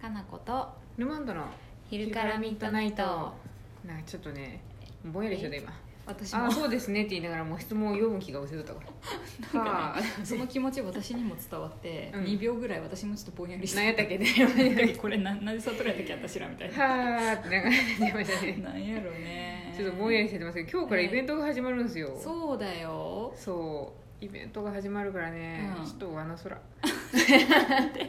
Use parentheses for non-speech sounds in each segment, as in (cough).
かなことルマンドの昼からミッドナイトなんかちょっとねぼんやりしてた今私あもあそうですねって言いながらもう質問を読む気が失せとった (laughs) かならんかねはあその気持ち私にも伝わって、うん2秒ぐらい私もちょっとぼんやりして何やったっけねこれな何で悟られたっけ私らみたいなはあってなんか出まし (laughs) たねなんやろねちょっとぼんやりしてますけど今日からイベントが始まるんですよ、そうだよそうイベントが始まるからね、うんちょっとあの空なんで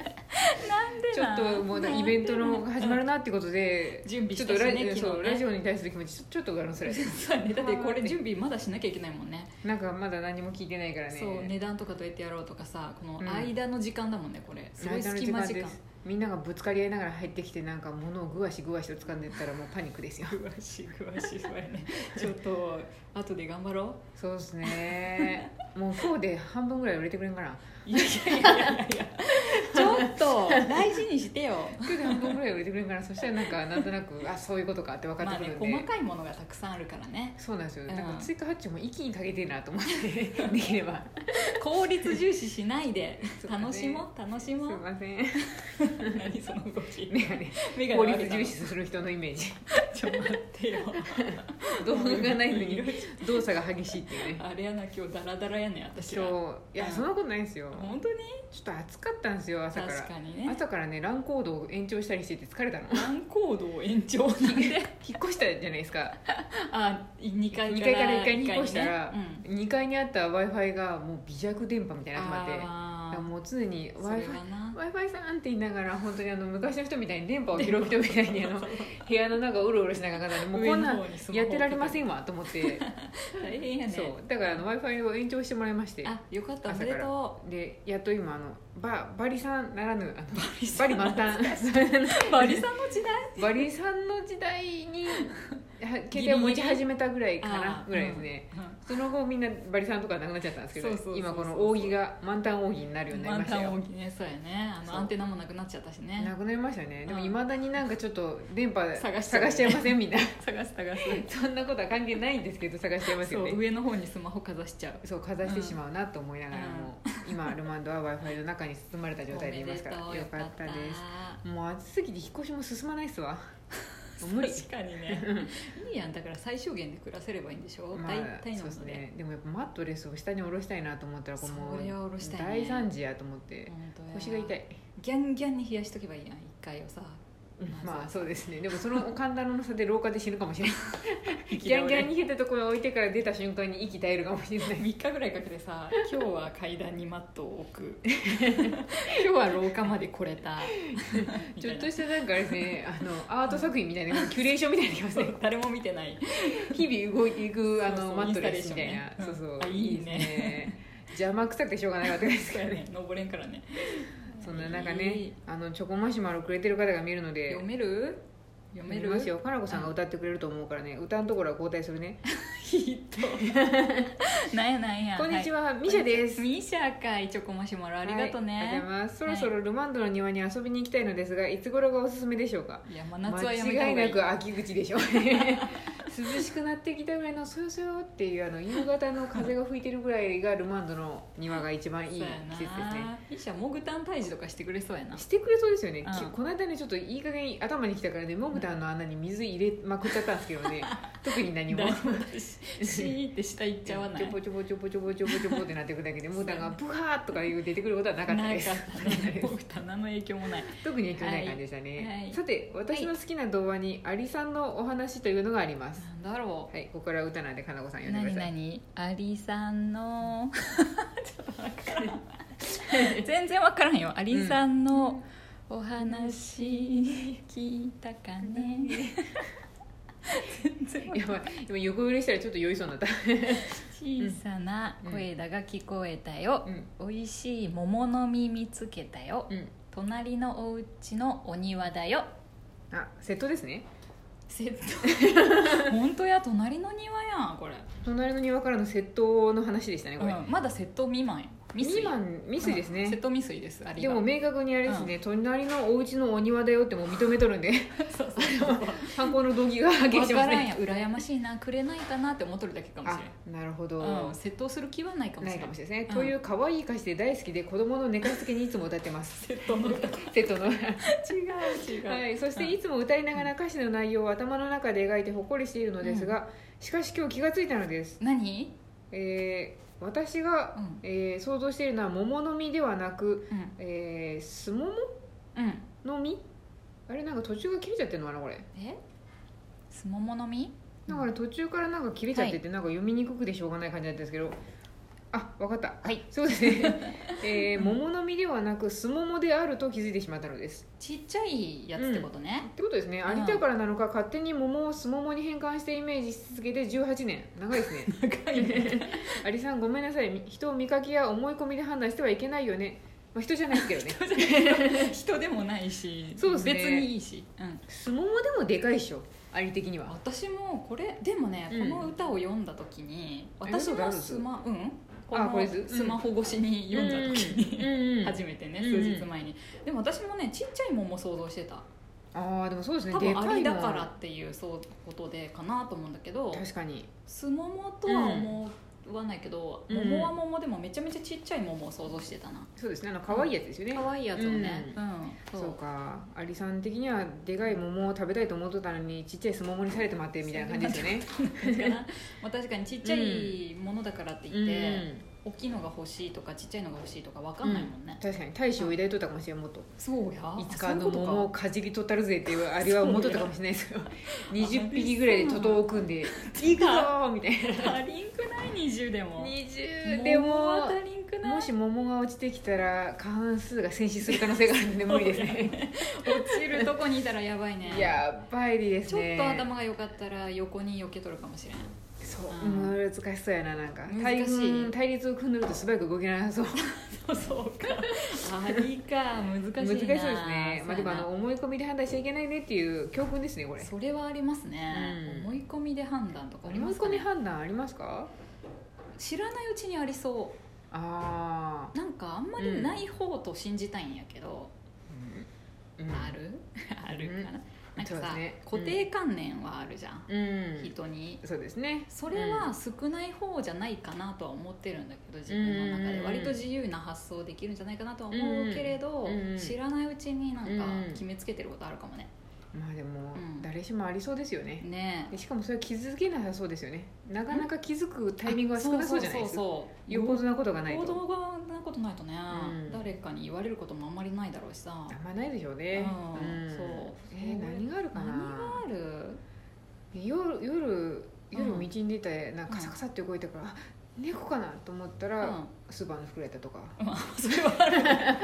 ちょっともうだイベントのが始まるなってことで (laughs) 準備ちしょったとしラ,、ね昨そ日うねラジオに対する気持ちちょちょっと上がるそ (laughs) れそうねだってこれ準備まだしなきゃいけないもんねなんかまだ何も聞いてないからねそう値段とかどうやってやろうとかさこのうん間の時間だもんねこれすごい間の隙間時で間すみんながぶつかり合いながら入ってきてなんか物をぐわしぐわしと掴んでったらもうパニックですよ (laughs) 詳しい詳しいそれねちょっと後で頑張ろそうですねもう今日で半分ぐらい売れてくれんかなういやいやいやいやちょっと大事にしてよ今日で半分ぐらい売れてくれんかなそしたらなんかなんとなくあそういうことかって分かっまあてくねるんで、細かいものがたくさんあるからねそうなんですよ、うんなんか追加発注も一気にかけてえなと思って (laughs) できれば効率重視しないでそうだね楽しもう楽しすいもうません何その動きメガネ目効率重視する人のイメージちょっと待ってよ動画がないのいろにい動作が激しいっていうろねあれやな今日ダラダラやねん私ら今日いやそんなことないですよ本当にちょっと暑かったんですよ朝から確かにね朝からね乱行動を延長したりしてて疲れたの乱行動延長なんで (laughs) 引っ越したじゃないですかあ2階2から階から1階に引っ越した一ら階ね2階にあった w i f i がもう微弱電波みたいになってまってだかあらーもう常に w そ i れ f は i な w i f i さんって言いながら本当にあの昔の人みたいに電 (laughs) 波を拾う人みたいにあの部屋の中をうろうろしながらもうこん上のなん方にスマホを置くやってられませんわと思 (laughs) って大変やねそうだから w i f i を延長してもらいましてあよかったお朝めからでとでやっと今あのババリさんならぬあのうバリバリ満タン (laughs) ンバリさんの時代バリさんの時代 (laughs) には携帯を持ち始めたぐらいかあなーぐらいですね、うんうんその後みんなバリさんとかなくなっちゃったんですけどそうそうそうそう今この扇が満タン扇にな (laughs) るようになり満ましたタンよ大きいねそうやねあそうのアンテナもなくなっちゃったしなねくなりましたよねでもうんいまだになんかちょっと電波探探ししちゃうちゃいませんみんな (laughs) 探す探すそんなことは関係ないんですけど探しちゃいますそようね上の方にスマホかざしちゃうそうかざしてしまうなと思いながらも、今ルマンドは w i f i の中に包まれた状態でいますからおめよでとかうったですもう暑すぎて引っ越しも進まないっ (laughs) すわもう無理確かに (laughs) ねいいやんだから最小限で暮らせればいいんでしょ、まあ大体のそうもですので、ねでもやっぱマットレスを下に下ろしたいなと思ったらこれもうそれは下ろしたいね大惨事やと思って本当や腰が痛いギャンギャンに冷やしとけばいいやん一回 (laughs) をさまあそうですねでもその寒暖の差で廊下で死ぬかもし (laughs) れなギいギャンギャンに冷えたところに置いてから出た瞬間に息絶えるかもしれない3日ぐらいかけてさ今日は階段にマットを置 (laughs) く (laughs) 今日は廊下まで来れたみ (laughs) たちいょっなとしたなんかあれですね (laughs) あのアート作品みたいなキュレーションみたいな気がす (laughs) る誰も見てない日々動いていくあそうそのうマットレスみたいインスタレーションねなそうそうあいいねです邪魔くさくてしょうがなかったですそかうら (laughs) やねね登れんからねそんな中いいねあのチョコマシュマロくれてる方が見えるので読める読め見るますよかなこさんが歌ってくれると思うからね歌のところは交代するねヒ (laughs) ット (laughs) なんやなんやこんにちはは、ミシャですミシャかいチョコマシュマロありがとうはいありがねとうございますそろそろルマンドの庭に遊びに行きたいのですがいつ頃がおすすめでしょうかいや真夏はやめた間方違いがいないく秋口でしょう (laughs) ね涼しくなってきたぐらいのそよそよっていうあの夕方の風が吹いてるぐらいがルマンドの庭が一番いい季そうやな節ですねミシャモグタン退治とかしてくれそうやなしてくれそうですよね、うんきこの間ねちょっといい加減頭にきたからねモグタンの穴に水入れまくっちゃったんですけ (laughs) どね特に何も誰も私シーって下行っちゃわない (laughs) ちょぼちょぼちょぼちょぼちょぼちょぼってなっていくだけでモグタンがプハーとかいう出てくることはなかった (laughs) ですねモグタン何の影響もない特に影響ない感じでしたね、はいはいさて私の好きな童話にアリさんのお話というのがありますなんだろはいここから歌なんでかなこさんう呼んで何ください何アリさんの (laughs) ちょっとわからん全然わからんよアリさんのお話聞いたかね全然わかやばい今横揺れしたらちょっと酔いそうになった、ん小さな声だが聞こえたよう、ん美味しい桃の実見つけたよ、うん、隣のお家のお庭だよあセットですねセット (laughs) 本当や隣の庭やんこれ、隣の庭からの窃盗の話でしたねこれ、うんまだ窃盗未満や未ミ遂マンミスですうん瀬ね、戸未遂ですありでがも明確にあれですね、隣のお家のお庭だよってもう認めと (laughs) るんでそうそうそう犯行の動機がはっきりわしかますらんねや羨ましいなくれないかなって思っとるだけかもしあれんなるほど、うん、窃盗する気はないかもしなれいなかいもしれないですね、うんという可愛い歌詞で大好きで子供の寝かしつけにいつも歌ってま (laughs) す窃盗の歌違セットのう違う、 (laughs) はい、そしていつも歌いながら歌詞の内容を頭の中で描いてほっこりしているのですが、しかし今日気がついたのです、何、えー私が、うんえー想像しているのは桃の実ではなく、うんえー、すももうん、の実あれなんか途中が切れちゃってるのかなこれえすももの実だから途中からなんか切れちゃってて、なんか読みにくくてしょうがない感じだったんですけどあわかったはいそうですね、えー、桃の実ではなくすももであると気づいてしまったのですちっちゃいやつってことね、ってことですね有田からなのか勝手に桃をすももに変換してイメージし続けて18年長いですね高いね (laughs) 有田さんごめんなさいみ人を見かけや思い込みで判断してはいけないよね、まあ、人じゃないですけどね人でもないしそうですね別にいいし、うん、すももでもでかいでしょ有的には私もこれでもね、うんこの歌を読んだ時にえ私読もんだことあるスマうんこあこのれずうんスマホ越しに読んだ時に、うん、うん、初めてねうん数日前に、でも私もねちっちゃいもんも想像してたああでもそうですね多で分アかいリなだからっていうそうことでかなと思うんだけど確かにすももとは思わないけど、うん桃は桃でもめちゃめちゃちっちゃい桃を想像してたなそうですねあの可愛いやつですよね、可愛いやつをねううん、そそううかアリさん的にはでかい桃を食べたいと思ってたのにちっちゃいすももにされてもらってみたいな感じですよねだからまあ確かにちっちゃいものだからって言って、大きいのが欲しいとかちっちゃいのが欲しいとかわかんないもんねうん、、確かに大使を抱いとったかもしれんもっとそうやいつあかそういうのこと桃をかじり取ったるぜっていうアリは思っとったかもしれないですよ20匹ぐらいで徒党を組んで「いくぞ!」みたい足りんくない20でなも20でも桃は足りんくないもし桃が落ちてきたら過半数が戦死する可能性があるんで無理ですね落ちるとこにいたらやばいねやばいですちょっねと頭が良かったら横に避けとるかもしれんそうう難しそうやななんか難しい大軍対立を組んでると素早く動けなさそうそ (laughs) うそうかありか難しいな難しそうですね、まあ、そうでやもあなの思い込みで判断しちゃいけないねっていう教訓ですねこれそれはありますね、うん思い込みで判断とかあり思まいすか、込ねみ、判断ありますか知らないうちにありそあうなんかあんまりない方と信じたいんやけど、ー、うん、ある (laughs) あるかな、なんかそうでさ、すね固定観念はあるじゃん、うん人にそうですねそれは少ない方じゃないかなとは思ってるんだけど自分の中うでん割と自由な発想できるんじゃないかなとは思うけれど、うん知らないうちになんかうん決めつけてることあるかもねまあでも、うん誰しもありそうですよねねでしかもそれは気づけなさそうですよねなかなか気づくタイミングは少そうなそうじゃないですかそうよっぽどなことがない行と動がなことないとね、うん誰かに言われることもあんまりないだろうしさあんまないでしょうね、うんそうえー何があるか何ながある夜夜夜うん道に出てなんかカサカサって動いたから、あ猫かなと思ったら、スーパーの袋やったとかうん (laughs) まあそれはあるね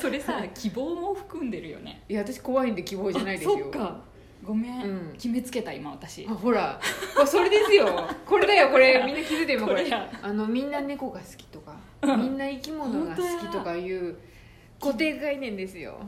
それさ希望も含んでるよねいや私怖いんで希望じゃないですよあそっかごめん、うん決めつけた今私あほらあそれですよこれだよこれみんな気づいてる今ここれれやあのみんな猫が好きとか、みんな生き物が好きとかいう固定概念ですよ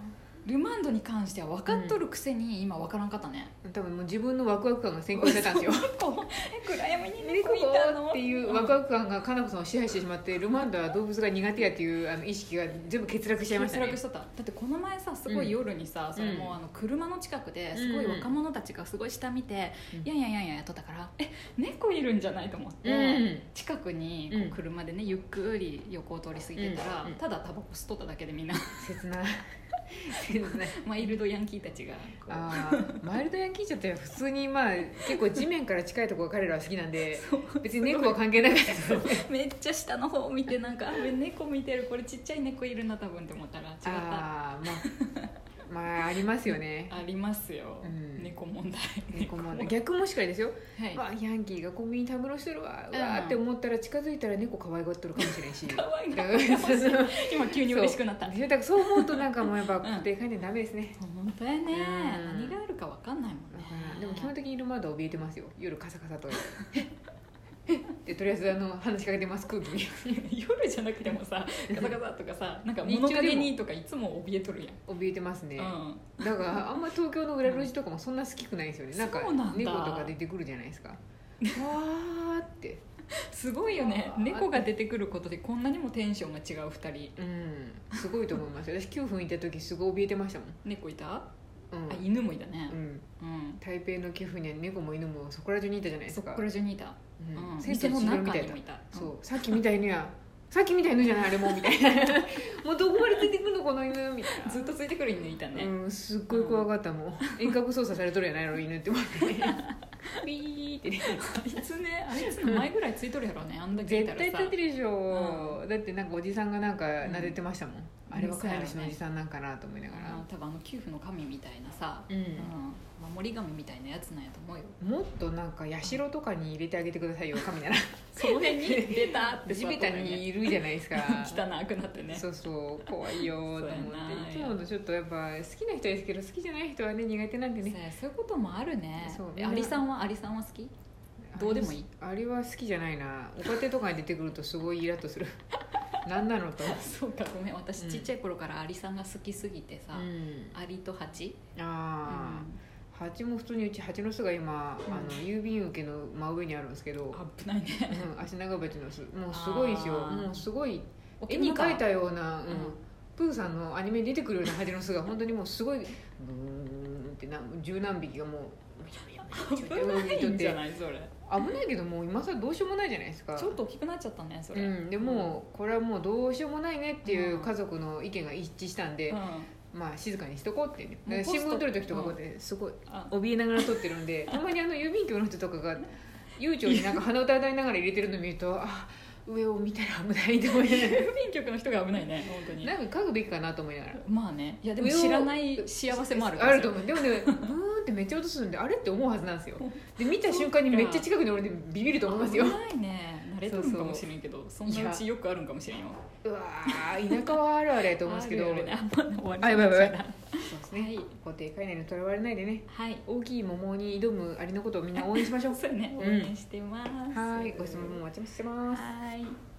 ルマンドに関しては分かっとるくせに今分からんかったね、多分もう自分のワクワク感が先行してたんですよこう暗闇に (laughs) 猫猫いたのっていうワクワク感がかなこさんを支配してしまってルマンドは動物が苦手やっていうあの意識が全部欠落しちゃいましたね欠落しとっただってこの前さすごうんい夜にさ、それもあの車の近くですごい若者たちがすごい下見て、うんやんやんやんやんやっとったからえ猫いるんじゃないと思って、うん近くにこううん車でねゆっくり横を通り過ぎてたら、うんうんただタバコ吸っとっただけで (laughs) みんな切ない切ないマイルドヤンキーたちがこうあーマイルドヤンキーちゃって普通にまあ結構地面から近いところが彼らは好きなんで別に猫は関係なかったですよねめっちゃ下の方を見てなんかあ猫見てるこれちっちゃい猫いるな多分って思ったら違ったあああーまあまあありますよねりますよ、うん猫問題猫も問題逆もしかりですよ、はい、わあヤンキーがコンビニたむろしてるわううんわーって思ったら近づいたら猫可愛がってるかも (laughs) しれんし (laughs) 可愛がってほしい今急に嬉しくなったそうだからそう思うとなんかもうやっぱ固定観念ダメですね、本当やね、うん何があるか分かんないもんだねからでも基本的にいるまだ怯えてますよ夜カサカサとでとりあえずあの話しかけてます空気に (laughs) 夜じゃなくてもさガサガサとかさなんか日中でも物陰にとかいつも怯えとるやん、怯えてますね、うんだからあんま東京の裏路地とかもそんな好きくないんですよね、なんかそうなんだ猫とか出てくるじゃないですかわーってすごいよねあー猫が出てくることでこんなにもテンションが違う2人うんすごいと思います私9分いた時すごい怯えてましたもん猫いたあうん、犬もいたねうん、うん台北の9分には猫も犬もそこら中にいたじゃないでそすこから中にいたうんうん千店と千の尋中みたいになもいたそうんうさっき見た犬やさっき見た犬じゃないあれもみたいなもうどこまでついてくんのこの犬みたいなずっとついてくる犬いたねうん、すっごい怖かったもん遠隔操作されとるやないの犬って (laughs) 思ってビーってねあいつねあいつの前ぐらいついとるやろねあんだけいた絶ら対さ立ってるでしょ、だってなんかおじさんがなんか撫でてましたもん、あれは飼い主のおじさんなんかなと思いながあらの、多分あの給付の神みたいなさ、うんうん守り神みたいなやつなんやと思うよもっとなんか社とかに入れてあげてくださいよ神なら (laughs) その辺に出たって地べたにいるじゃない (laughs) ですか汚くなってねそうそう怖いよーと思そうやなっていつものちょっとやっぱ好きな人ですけど好きじゃない人はね苦手なんでねさあそういうこともあるねそうえアリさんはアリさんは好きどうでもいいあれは好きじゃないなお家庭とかに出てくるとすごいイラッ (laughs) とする何なのと、そうかごめん私うんちっちゃい頃からアリさんが好きすぎてさ、うん、アリとハチ、ああ、蜂も普通にうち蜂の巣が今、うんあの郵便受けの真上にあるんですけど、うん、危ないねうん、足長鉢の巣もうすごいですよあーもうすごい絵絵にに描い描いたたような、うんうんプーさんのアニメに出てくるような蜂の巣が本当にもうすごいブーンってな十何匹がもう危ないんじゃいないそれ危ないけどもう今更どうしようもないじゃないです (laughs) かちょっと大きくなっちゃったねそれ、ううんん、でもうこれはもうどうしようもないねっていう家族の意見が一致したんで、まあ静かにしとこうってねだから新聞取る時とかこうやってすごいあ怯えながら撮ってるんでたまにあの郵便局の人とかが悠長になんか鼻歌歌いながら入れてるの見るとあ上を見たら危ないと思いな (laughs) が郵便局の人が危ないね本当にらなんか書くべきかなと思いながらまあねいやでも知らない幸せもあるからあると思うでもねブーンってめっちゃ音するんであれって思うはずなんですよで見た瞬間にめっちゃ近くに俺でビビると思い (laughs) ますよ危ないね慣れとるんかもしれんけどそうんなうちよくあるんかもしれんようわー田舎はあるあるやと思うんですけどあるよねあんま終わりあやばいやばいやばそうですね固定概念にとらわれないでねはい、はい、大きい桃に挑むあれのことをみんな応援しましょうそうね応うん援してます、はいご質問お待ちしてますはい